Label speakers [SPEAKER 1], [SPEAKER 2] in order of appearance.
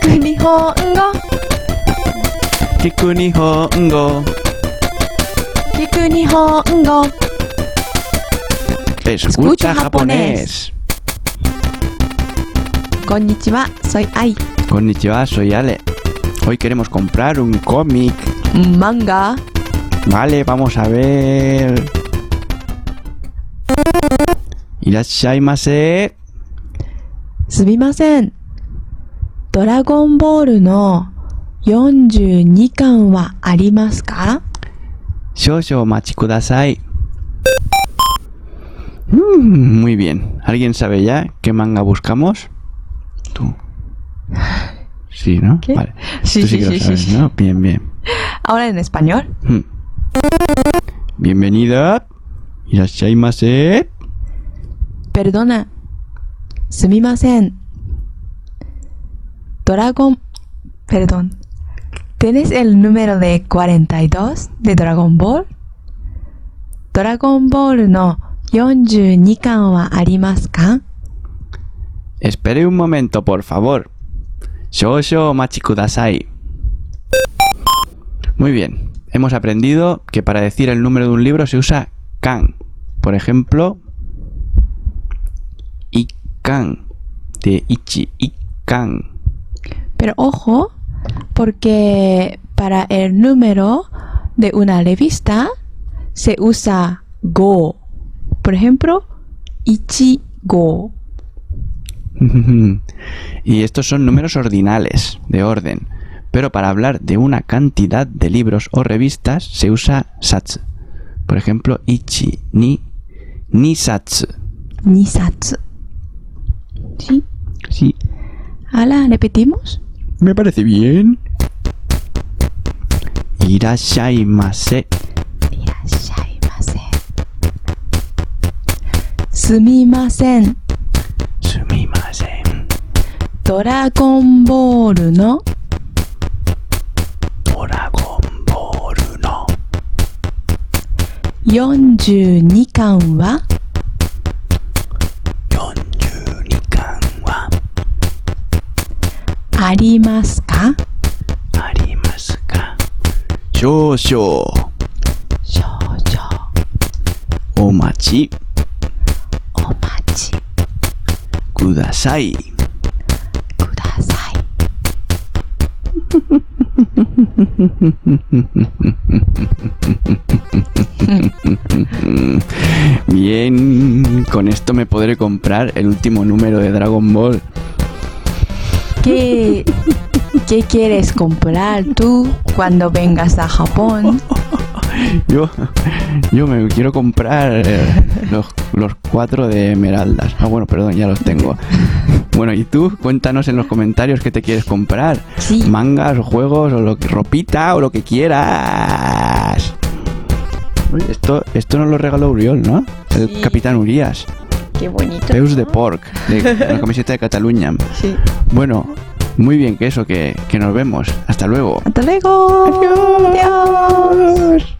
[SPEAKER 1] く日本語
[SPEAKER 2] 聞く日本語
[SPEAKER 1] 聞く日本語
[SPEAKER 2] Escucha
[SPEAKER 1] Escucha japonés.
[SPEAKER 2] japonés
[SPEAKER 1] こんにちは、soy Ai
[SPEAKER 2] Konnichiwa, soy Ale Hoy queremos comprar un cómic
[SPEAKER 1] Manga
[SPEAKER 2] Vale, vamos a ver Irashaimase
[SPEAKER 1] すみませんドラゴンボールの42巻はありますか
[SPEAKER 2] Shosho machikudasai Mm, Muy bien ¿Alguien sabe ya qué manga buscamos? Tú Sí, ¿no?
[SPEAKER 1] ¿Qué?
[SPEAKER 2] Vale
[SPEAKER 1] Sí,
[SPEAKER 2] Tú sí
[SPEAKER 1] sí,
[SPEAKER 2] que lo
[SPEAKER 1] sí, sí,
[SPEAKER 2] sabes,
[SPEAKER 1] sí.
[SPEAKER 2] ¿no? Bien, bien
[SPEAKER 1] Ahora en español
[SPEAKER 2] Hmm. Bienvenida. Irashaimase.
[SPEAKER 1] Perdona すみませんドラゴン Perdón ¿Tienes el número de 42 de Dragon Ball? ドラゴンボールの42巻はありますか
[SPEAKER 2] Espere un momento, por favor. Shosho machi kudasai. Muy bien. Hemos aprendido que para decir el número de un libro se usa kan. Por ejemplo, ikan de ichi ikan.
[SPEAKER 1] Pero ojo, porque para el número de una revista se usa go. Por ejemplo, ichigo.
[SPEAKER 2] y estos son números ordinales, de orden. Pero para hablar de una cantidad de libros o revistas se usa satsu. Por ejemplo, ichi, ni, ni satsu.
[SPEAKER 1] Nisatsu. ¿Sí?
[SPEAKER 2] Sí,
[SPEAKER 1] ¿Ahora repetimos?
[SPEAKER 2] me parece bien. Irashaimase.
[SPEAKER 1] Irashaimase. Sumimasen.
[SPEAKER 2] Sumimasen.
[SPEAKER 1] ドラゴンボールの
[SPEAKER 2] Dragon Ball no.
[SPEAKER 1] 42巻は
[SPEAKER 2] 42kan wa
[SPEAKER 1] ありますか
[SPEAKER 2] arimasu ka? Shoushou
[SPEAKER 1] 少々
[SPEAKER 2] o machi
[SPEAKER 1] お待ち
[SPEAKER 2] kudasai.
[SPEAKER 1] ください。
[SPEAKER 2] Mm, Bien, con esto me podré comprar el último número de Dragon Ball.
[SPEAKER 1] ¿Qué, qué quieres comprar tú cuando vengas a Japón?
[SPEAKER 2] Yo, yo me quiero comprar eh, los, los cuatro de Esmeraldas. Ah, bueno, perdón, ya los tengo. Bueno, y tú, cuéntanos en los comentarios qué te quieres comprar.
[SPEAKER 1] Sí,
[SPEAKER 2] Mangas o juegos o lo que- ropita o lo que quieras. Uy, Esto, esto nos lo regaló Uriol, ¿no? El
[SPEAKER 1] Sí.
[SPEAKER 2] capitán Urias.
[SPEAKER 1] qué bonito.
[SPEAKER 2] Peus de
[SPEAKER 1] ¿no?
[SPEAKER 2] Pork, de la camiseta de Cataluña.
[SPEAKER 1] Sí.
[SPEAKER 2] Bueno, muy bien que eso, que, que nos vemos. Hasta luego.
[SPEAKER 1] Hasta luego. Adiós.